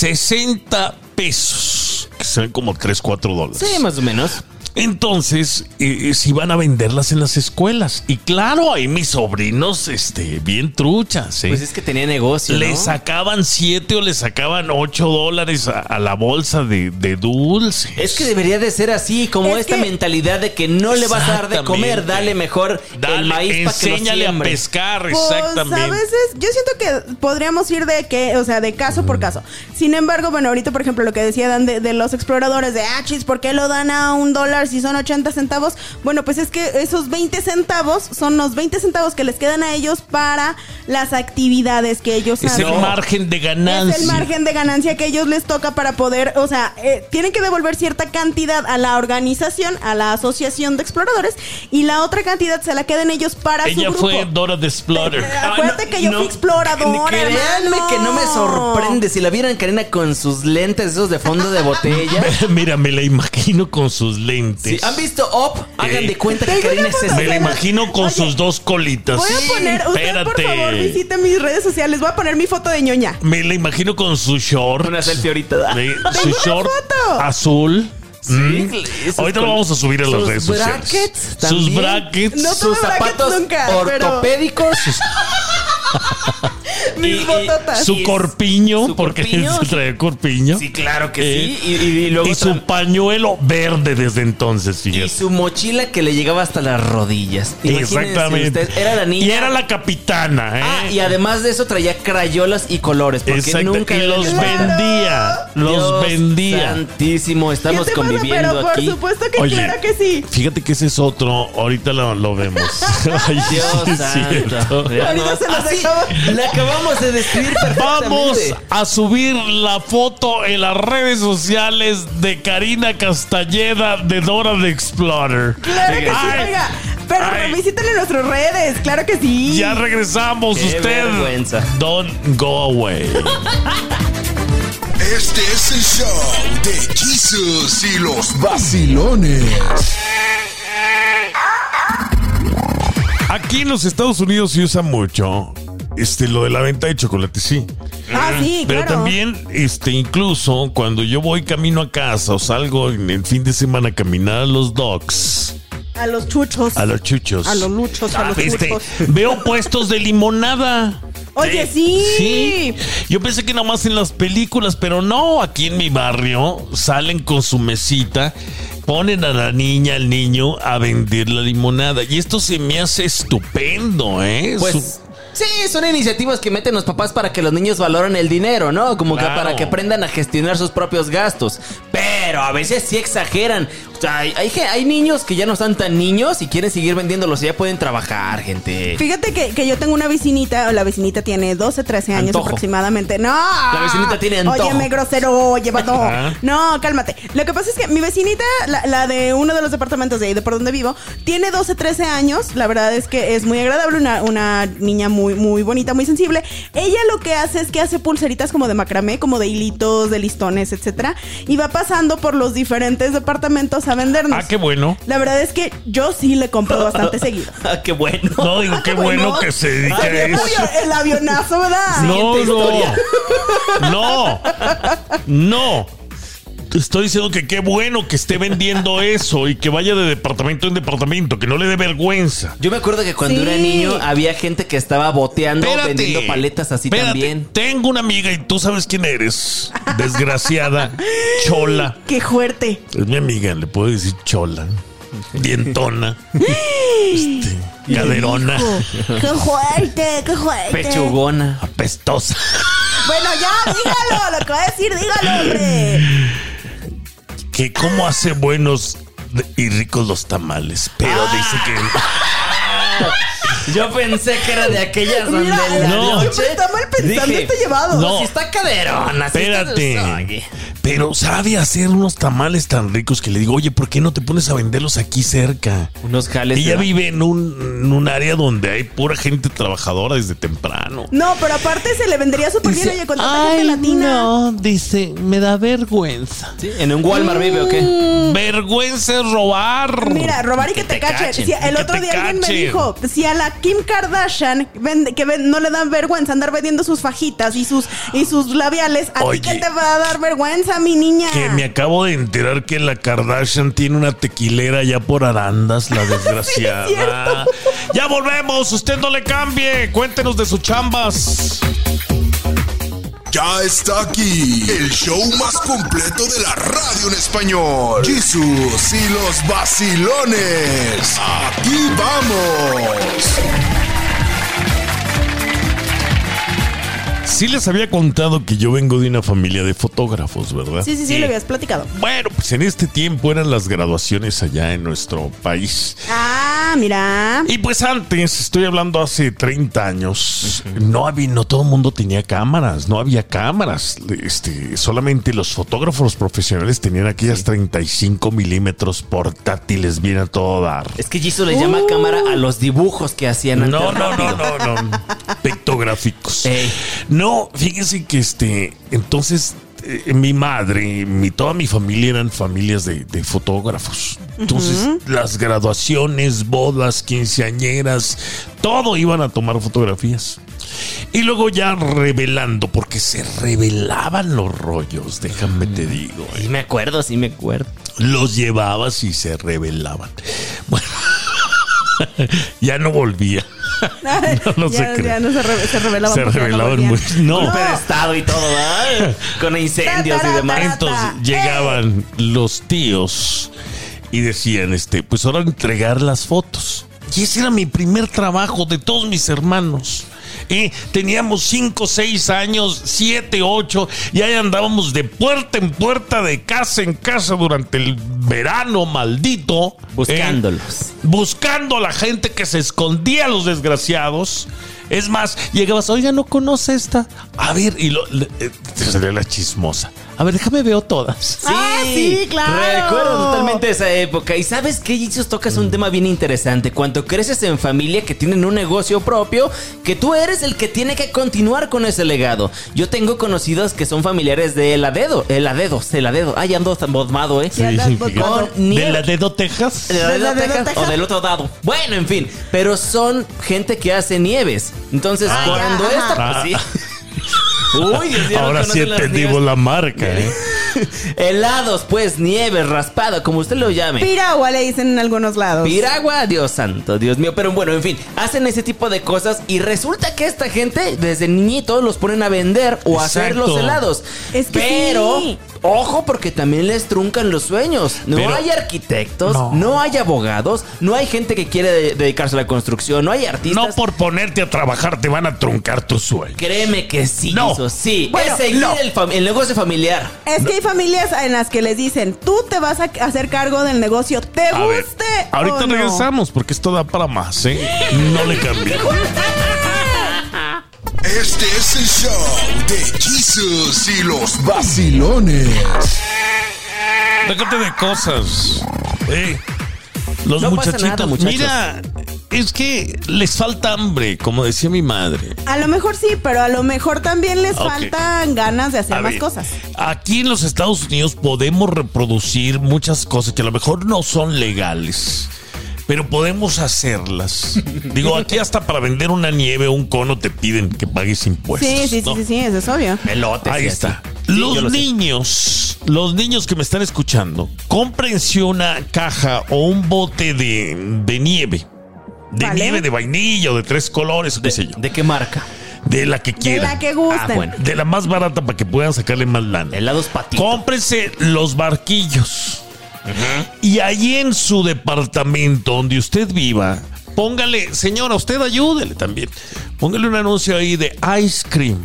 60 pesos, que son como 3, 4 dólares.
Sí, más o menos.
Entonces, eh, eh, si van a venderlas en las escuelas. Y claro, ahí mis sobrinos, este, bien truchas, ¿eh?
Pues es que tenía negocio.
le
¿no?
sacaban siete o le sacaban ocho dólares a, a la bolsa de, de dulces.
Es que debería de ser así, como
Es
esta
que-
mentalidad de que no le vas a dar de comer,
Exactamente.
dale mejor
Dale,
el maíz para que lo
enséñale a
siembre.
pescar,
Pues,
exactamente.
a veces yo siento que podríamos ir de que, o sea, de caso por caso. Sin embargo, bueno, ahorita por ejemplo lo que decía Dan de, de los exploradores de ah, chis, ¿por qué lo dan a un dólar si son 80 centavos? Bueno, pues es que esos 20 centavos son los 20 centavos que les quedan a ellos para las actividades que ellos
es
hacen.
el margen de ganancia.
Es el margen de ganancia que ellos les toca para poder, o sea, eh, tienen que devolver cierta cantidad a la organización, a la asociación de exploradores, y la otra cantidad se la queden ellos para su
Ella
grupo.
fue Dora the Explorer.
Ah,
Acuérdate que yo fui exploradora,
Créanme
hermano.
que no me sorprende. Si la vieran Karina con sus lentes esos de fondo de botella.
Mira, me la imagino con sus
Sí,
lentes.
¿Han visto Op? Hagan
Eh,
de cuenta
Te
que
digo
Karina
una
es
cosa,
Me la
esa.
Oye,
imagino con
oye,
sus dos colitas.
Voy a poner, usted por favor visite mis redes sociales, voy a poner mi foto de ñoña.
Me la imagino con su short.
Una selfie ahorita.
de-
Tengo
su
una
short
foto.
azul.
Sí,
Mm.
esos
Ahorita lo
con-
vamos a subir a las
sus
redes sociales.
brackets
sus
también.
brackets.
No
Sus
tuve brackets
zapatos
nunca, pero-
ortopédicos.
Mis
y-
bototas.
Su corpiño,
Su
porque
corpiño,
se trae corpiño.
Sí, claro que
Eh,
sí. Y, y- y luego
y su
tam-
pañuelo verde desde entonces,
y
fíjate.
su mochila que le llegaba hasta las rodillas. Imagínense
Exactamente.
ustedes, era la niña.
Y era la capitana, ¿eh?
Ah, y además de eso traía crayolas y colores. Porque
Exacto,
nunca
y
le
los
había faltado.
vendía. Los
Dios
vendía.
Santísimo,
¿Qué
estamos
te pasa?
conviviendo
Pero
aquí.
por supuesto que
Oye.
claro que sí.
Fíjate que ese es otro. Ahorita lo, lo vemos. Ay, sí,
Dios
es
santo.
cierto.
Vean
Ahorita
nomás.
se los
Ah, sí,
acabo.
La acabamos de describir perfectamente.
Vamos a subir la foto en las redes sociales de Karina Castañeda de Dora the Explorer.
Claro que sí,
Ay,
oiga. Pero
ay.
visítenle nuestras redes, claro que sí.
Ya regresamos,
Qué
usted.
vergüenza.
Don't go away.
Este es el show de Jesús y los vacilones.
Aquí en los Estados Unidos se usa mucho este, lo de la venta de chocolate, sí.
Ah, sí,
Mm, Pero
claro.
también, este, incluso cuando yo voy camino a casa o salgo en el fin de semana a caminar a los dogs,
A los chuchos.
a los chuchos.
A los luchos, a los
este,
chuchos.
veo puestos de limonada.
Oye, sí.
Sí. Yo pensé que nomás en las películas, pero no, aquí en mi barrio salen con su mesita, ponen a la niña, al niño a vender la limonada. Y esto se me hace estupendo, ¿eh?
Pues
Su-
sí, son iniciativas que meten los papás para que los niños valoren el dinero, ¿no? Como que
Claro.
para que aprendan a gestionar sus propios gastos. Pero a veces sí exageran. O sea, hay, hay, ge- hay niños que ya no están tan niños y quieren seguir vendiéndolos y ya pueden trabajar, gente.
Fíjate que, que yo tengo una vecinita, la vecinita tiene 12, 13 años
Antojo.
aproximadamente. ¡No! La
vecinita tiene antojo.
Óyeme, grosero, llevado.
Ajá.
No, cálmate. Lo que pasa es que mi vecinita, la, la de uno de los departamentos de ahí, de por donde vivo, tiene 12, 13 años. La verdad es que es muy agradable, una, una niña muy, muy bonita, muy sensible. Ella lo que hace es que hace pulseritas como de macramé, como de hilitos, de listones, etcétera, y va pasando por los diferentes departamentos a vendernos.
ah, qué bueno.
La verdad es que yo sí le compro bastante seguido.
Ah, qué bueno.
No, digo, qué bueno que se dedique a
Oye,
eso.
oye, el avionazo, ¿verdad?
No,
Siguiente historia.
no. No. No. Te Estoy diciendo que qué bueno que esté vendiendo eso y que vaya de departamento en departamento, que no le dé vergüenza.
Yo me acuerdo que cuando
Sí.
era niño había gente que estaba boteando,
Espérate,
vendiendo paletas así
espérate.
también.
Tengo una amiga y tú sabes quién eres. Desgraciada, chola.
Qué fuerte.
Es mi amiga, le puedo decir chola. Dientona. este, caderona.
Qué fuerte, qué fuerte.
Pechugona.
Apestosa.
Bueno, ya, dígalo, lo que va a decir, dígalo, hombre.
Que cómo hace buenos y ricos los tamales. Pero dice que.
Yo pensé que era de aquellas donde
Mira,
la
no.
noche-
Está mal pensando
Dije,
este llevado.
No.
Si está caderona, si está-
Espérate. Pero sabe hacer unos tamales tan ricos que le digo, oye, ¿por qué no te pones a venderlos aquí cerca?
Unos jales.
Ella
¿verdad?
vive en un, en un área donde hay pura gente trabajadora desde temprano.
No, pero aparte se le vendería súper bien, oye, con tanta gente latina.
dice, me da vergüenza.
Sí, en un Walmart vive o
Mm.
qué.
Vergüenza es robar.
Mira, robar y que, te, cachen. Si el
que
otro
te
día alguien me
cachen.
dijo, si a la Kim Kardashian vende- que ven- no le dan vergüenza andar vendiendo sus fajitas y sus y sus labiales, ¿a ti
Oye.
qué te va a dar vergüenza, mi niña?
Que me acabo de enterar que la Kardashian tiene una tequilera ya por arandas, la desgraciada. ya volvemos, usted no le cambie. Cuéntenos de sus chambas.
Ya está aquí el show más completo de la radio en español. Jesús y los vacilones. Aquí vamos.
Sí les había contado que yo vengo de una familia de fotógrafos, ¿verdad?
Sí, sí, sí, lo habías platicado.
Bueno, pues en este tiempo eran las graduaciones allá en nuestro país.
Ah, mira.
Y pues antes, estoy hablando hace 30 años, no había, no todo el mundo tenía cámaras, no había cámaras. Este, solamente los fotógrafos profesionales tenían aquellas 35 milímetros portátiles bien a todo dar.
Es que Jisoo le
Mm.
llama cámara a los dibujos que hacían antes.
No, no, no,
rápido.
no, no. Pictográficos.
Ey.
No, fíjense que este, entonces eh, mi madre, mi, toda mi familia eran familias de, de fotógrafos. Entonces las graduaciones, bodas, quinceañeras, todo iban a tomar fotografías. Y luego ya revelando, porque se revelaban los rollos, déjame te digo. eh.
Sí me acuerdo, sí me acuerdo.
Los llevabas y se revelaban. Bueno, ya no volvía. No, no
ya,
se cree.
ya no se, re- se revelaban.
Se
porque ya
revelaban
volvían.
muy. No,
No.
Pero estado y todo, ¿verdad? Con incendios y demás.
entonces
¡Ey!
llegaban los tíos y decían, este, pues ahora entregar las fotos. Y ese era mi primer trabajo de todos mis hermanos. Eh, teníamos 5, 6 años, 7, 8, y ahí andábamos de puerta en puerta, de casa en casa durante el verano maldito. eh,
Buscándolos.
buscando a la gente que se escondía a los desgraciados. Es más, llegabas, oiga, no conoce esta. A ver, y lo, le- eh, te salió la chismosa. A ver, déjame veo todas.
Ah, sí, claro.
Recuerdo totalmente esa época. Y sabes que Jesus tocas un tema bien interesante. Cuando creces en familia que tienen un negocio propio, que tú eres el que tiene que continuar con ese legado. Yo tengo conocidos que son familiares de El Adedo. El Adedo, El Adedo. Ay, ando tan bozmado, ¿eh?
Sí, andas
Sí,
botando.
Con nieve.
¿De la dedo Texas?
¿De
¿De
la de
la de
Texas
Texas?
o del otro dado? Bueno, en fin. Pero son gente que hace nieves. Entonces,
Ah, ya,
cuando
ajá.
esta... pues, sí. Uy, Dios mío, no
Ahora sí
conocen las
entendimos
nieves.
la marca, ¿eh?
Helados, pues, nieve, raspado, como usted lo llame.
Piragua le dicen en algunos lados.
Piragua, Dios santo, Dios mío. Pero bueno, en fin, hacen ese tipo de cosas y resulta que esta gente desde niñitos los ponen a vender o a hacer
Exacto.
los helados.
Es que
Pero,
sí.
ojo, porque también les truncan los sueños. No
Pero-
hay arquitectos,
No.
no. hay abogados, no hay gente que quiere de- dedicarse a la construcción, no hay artistas.
No por ponerte a trabajar te van a truncar tu sueño.
Créeme que sí,
No.
eso sí.
Bueno,
es seguir
no.
el, fam- el negocio familiar.
Es que hay familias en las que les dicen, tú te vas a hacer cargo del negocio, te
A ver,
guste.
ahorita
o no?
regresamos porque esto da para más, ¿eh? No le cambié.
Este es el show de Jesus y los vacilones.
Déjate de cosas. Eh, los
No pasa
muchachitos.
nada, muchachos.
Mira, es que les falta hambre, como decía mi madre.
A lo mejor sí, pero a lo mejor también les
Ok.
faltan ganas de hacer
A
más
ver,
cosas.
Aquí en los Estados Unidos podemos reproducir muchas cosas que a lo mejor no son legales. Pero podemos hacerlas. Digo, aquí hasta para vender una nieve o un cono te piden que pagues impuestos.
Sí, sí,
pues, ¿no?
sí, sí, sí, eso es obvio.
Pelotes.
Ahí
y
está.
así. Sí, yo lo
Los
sé.
niños, los niños que me están escuchando, cómprense una caja o un bote de, de nieve. De
Vale.
nieve, de vainilla o de tres colores, o qué sé yo.
¿De qué marca?
De la que
De
quieran.
la que gusten.
Ah, bueno.
De la más barata para que puedan sacarle más lana.
Helados patitos.
Cómprense los barquillos. Y ahí en su departamento donde usted viva, póngale, señora, usted ayúdele también. Póngale un anuncio ahí de ice cream.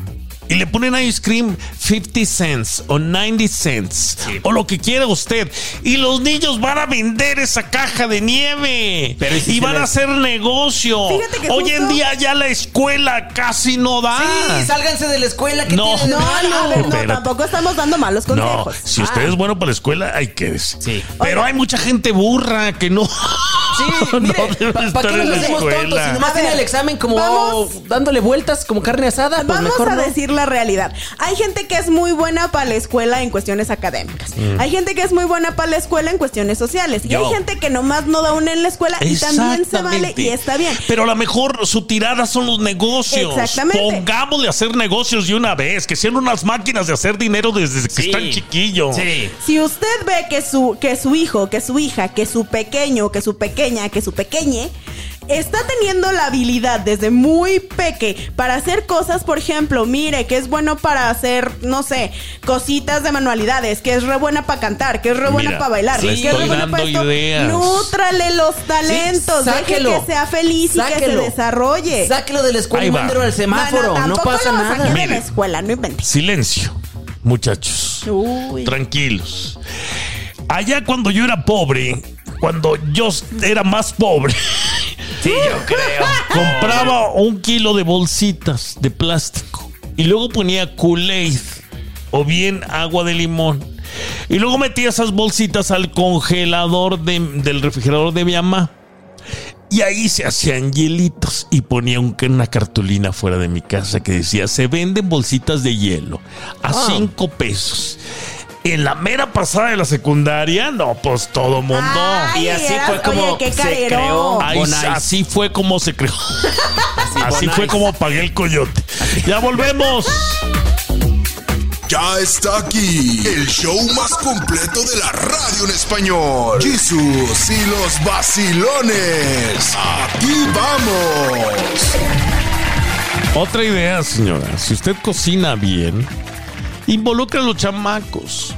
Y le ponen ice cream 50 cents o 90 cents o lo que quiera usted. Y los niños van a vender esa caja de nieve.
Pero ¿y si
y
se
van a
les-
hacer negocio.
Fíjate que
Hoy en
justo-
día ya la escuela casi no da.
Sí, sálganse de la escuela que
Ah. No.
tienen-
No, no, a ver, no,
Espérate.
tampoco estamos dando malos
No,
consejos.
si usted
Ah.
es bueno para la escuela, ahí quédese.
Sí.
Pero hay mucha gente burra que no.
Sí,
No
mire,
debe
¿para
estar
qué
en
nos
la
hacemos tontos?
escuela.
Si nomás
A ver,
tiene el examen como
vamos-
oh, dándole vueltas como carne asada, pues
Vamos
mejor
a
no.
decir la realidad. Hay gente que es muy buena para la escuela en cuestiones académicas.
Mm.
Hay gente que es muy buena para la escuela en cuestiones sociales. Y
Yo.
hay gente que nomás no da una en la escuela y también se vale
Exactamente.
y está bien.
Pero a lo mejor su tirada son los negocios.
Exactamente.
Pongámosle a hacer negocios de una vez, que sean unas máquinas de hacer dinero desde que
Sí.
están chiquillos.
Sí.
Si usted ve que su, que su hijo, que su hija, que su pequeño, que su pequeña, que su pequeñe, está teniendo la habilidad desde muy peque para hacer cosas, por ejemplo, mire, que es bueno para hacer, no sé, cositas de manualidades, que es re buena para cantar, que es re buena
Mira,
para bailar,
le
que es
estoy
re buena
dando
para
ideas.
Nútrale los talentos,
Sí,
deje
sáquelo.
que sea feliz y
Sáquelo.
que se desarrolle.
Sáquelo de la escuela
Ahí
y
va.
mándelo al semáforo.
Mana,
no
tampoco
pasa
lo saque
nada.
de la
Mire.
escuela, no inventes.
Silencio, muchachos.
Uy.
Tranquilos. Allá cuando yo era pobre, cuando yo era más pobre.
Sí, yo creo.
Compraba un kilo de bolsitas de plástico y luego ponía Kool-Aid o bien agua de limón. Y luego metía esas bolsitas al congelador de- del refrigerador de mi mamá. Y ahí se hacían hielitos y ponía un- una cartulina fuera de mi casa que decía, se venden bolsitas de hielo a
Ah.
cinco pesos. En la mera pasada de la secundaria, no, pues todo mundo.
Ay,
Y así
eras-
fue como
oye, qué
se
carero.
creó.
Ahí-
Bon Ice.
así fue como se creó. Así
Bon
fue
Ice.
como pagué el coyote. Ya volvemos.
Ya está aquí el show más completo de la radio en español. Jesus y los vacilones. Aquí vamos.
Otra idea, señora. Si usted cocina bien, involucra a los chamacos.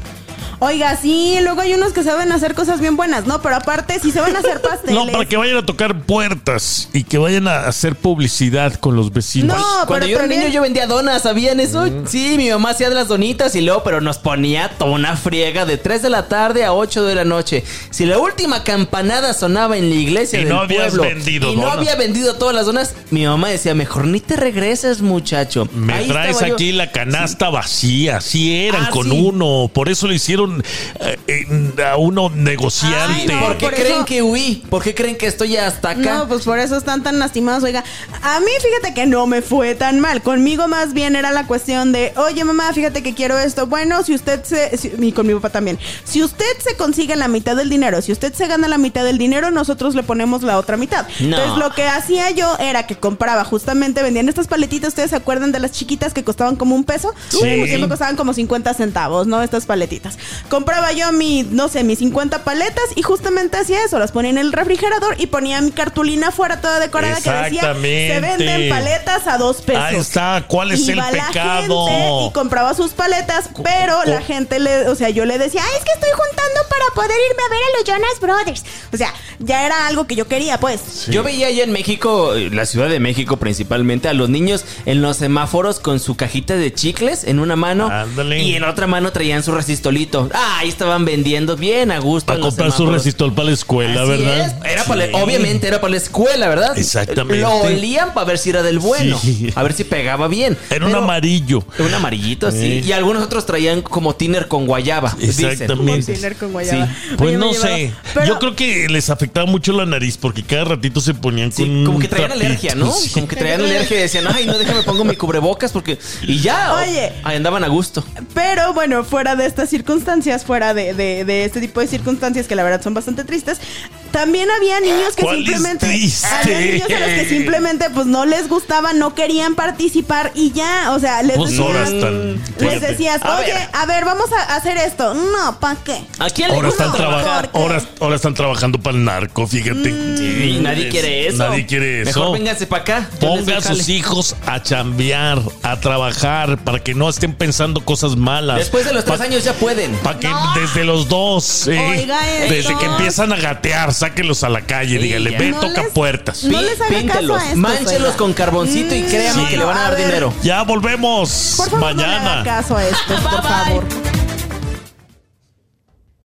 Oiga, sí, luego hay unos que saben hacer cosas bien buenas, ¿no? Pero aparte, si se van a hacer ¿eh? pasteles.
No, para que vayan a tocar puertas y que vayan a hacer publicidad con los vecinos.
No,
Cuando
pero
yo era
también- Mm.
niño yo vendía donas, ¿sabían eso? Sí, mi mamá hacía de las donitas y luego, pero nos ponía toda una friega de 3 de la tarde a 8 de la noche. Si la última campanada sonaba en la iglesia
Y
del
no habías
pueblo
vendido
y no
donas.
había vendido todas las donas, mi mamá decía, mejor ni te regreses, muchacho.
Me
Ahí
traes
estaba yo.
aquí la canasta vacía. Así eran
Ah,
con
sí.
uno. Por eso le hicieron eh, eh, a uno negociante.
Ay, no,
¿Por qué
Por
creen
eso-
que huí? ¿Por qué creen que estoy hasta acá?
No, pues por eso están tan lastimados. Oiga, a mí fíjate que no me fue tan mal. Conmigo más bien era la cuestión de, oye mamá, fíjate que quiero esto. Bueno, si usted se... si- y con mi papá también. Si usted se consigue la mitad del dinero, si usted se gana la mitad del dinero, nosotros le ponemos la otra mitad.
No.
Entonces lo que hacía yo era que compraba justamente, vendían estas paletitas, ¿ustedes se acuerdan de las chiquitas que costaban como un peso?
Sí.
Uh, siempre costaban como 50 centavos, ¿no? Estas paletitas. Compraba yo mi, no sé, mis 50 paletas y justamente hacía eso, las ponía en el refrigerador y ponía mi cartulina fuera toda decorada que decía,
Exactamente.
se venden paletas a dos pesos.
Ahí está, ¿cuál es el
Iba la
pecado?
gente y compraba sus paletas, pero la
co-
gente le, o sea, yo le decía, "Ay, es que estoy juntando para poder irme a ver a los Jonas Brothers. O sea, ya era algo que yo quería, pues.
Yo veía allá en México, eh, la Ciudad de México principalmente, a los niños en los semáforos con su cajita de chicles en una mano
Ándale.
y en otra mano traían su resistolito. Ah, ahí estaban vendiendo bien a gusto.
Para
en los
comprar su
semáforos.
resistol para la escuela,
Así
¿verdad?
es. Era para la-
Sí.
obviamente era para la escuela, ¿verdad?
Exactamente.
Lo olían para ver si era del bueno,
Sí.
a ver si pegaba bien.
Era un
Pero-
amarillo.
Un amarillito, sí.
Sí.
Y algunos otros traían como tiner con guayaba. dicen.
Exactamente.
Como tiner con guayaba.
Sí.
Pues
Oye, me
no
llevaba-
sé.
Pero-
Yo creo que les afectaba mucho la nariz porque cada ratito se ponían
Sí,
con
como que
un
traían
trapito,
alergia, ¿no?
sí.
Como que traían alergia y decían, ay, no, déjame pongo mi cubrebocas porque. Y ya.
Oye.
Ahí andaban a gusto.
Pero bueno, fuera de estas circunstancias, fuera de, de- de este tipo de circunstancias que la verdad son bastante tristes, también había niños que
¿Cuál es
simplemente.
triste?
Había niños a los que simplemente pues no les gustaba, no querían participar y ya, o sea, les
Pues no eras
decías,
tan
les
fuerte.
decías,
A
oye,
ver.
a ver, vamos a hacer esto. No, ¿para qué?
¿A quién le
Ahora
gusta
están, traba-
trabajar?
Porque-
ahora, ahora están trabajando para el narco, fíjate.
Mm, Sí, nadie quiere eso.
Nadie quiere eso.
Mejor vénganse para acá. Yo les doy
Ponga a sus
jale.
hijos a chambear, a trabajar, para que no estén pensando cosas malas.
Después de los tres
Pa-
años ya pueden.
Para que desde los dos, eh,
Oiga,
desde
estos.
que empiezan a gatear, sáquenlos a la calle,
Sí,
díganle,
ya.
ve,
No
toca
les-
puertas.
No les haga caso a
Píntelos,
estos,
mánchelos
oiga. Mm.
con carboncito y créanme
Sí.
que le van a
A
dar
ver.
dinero.
Ya volvemos
Por favor, no le
mañana.
hagan caso a esto,
Bye, bye.
por favor.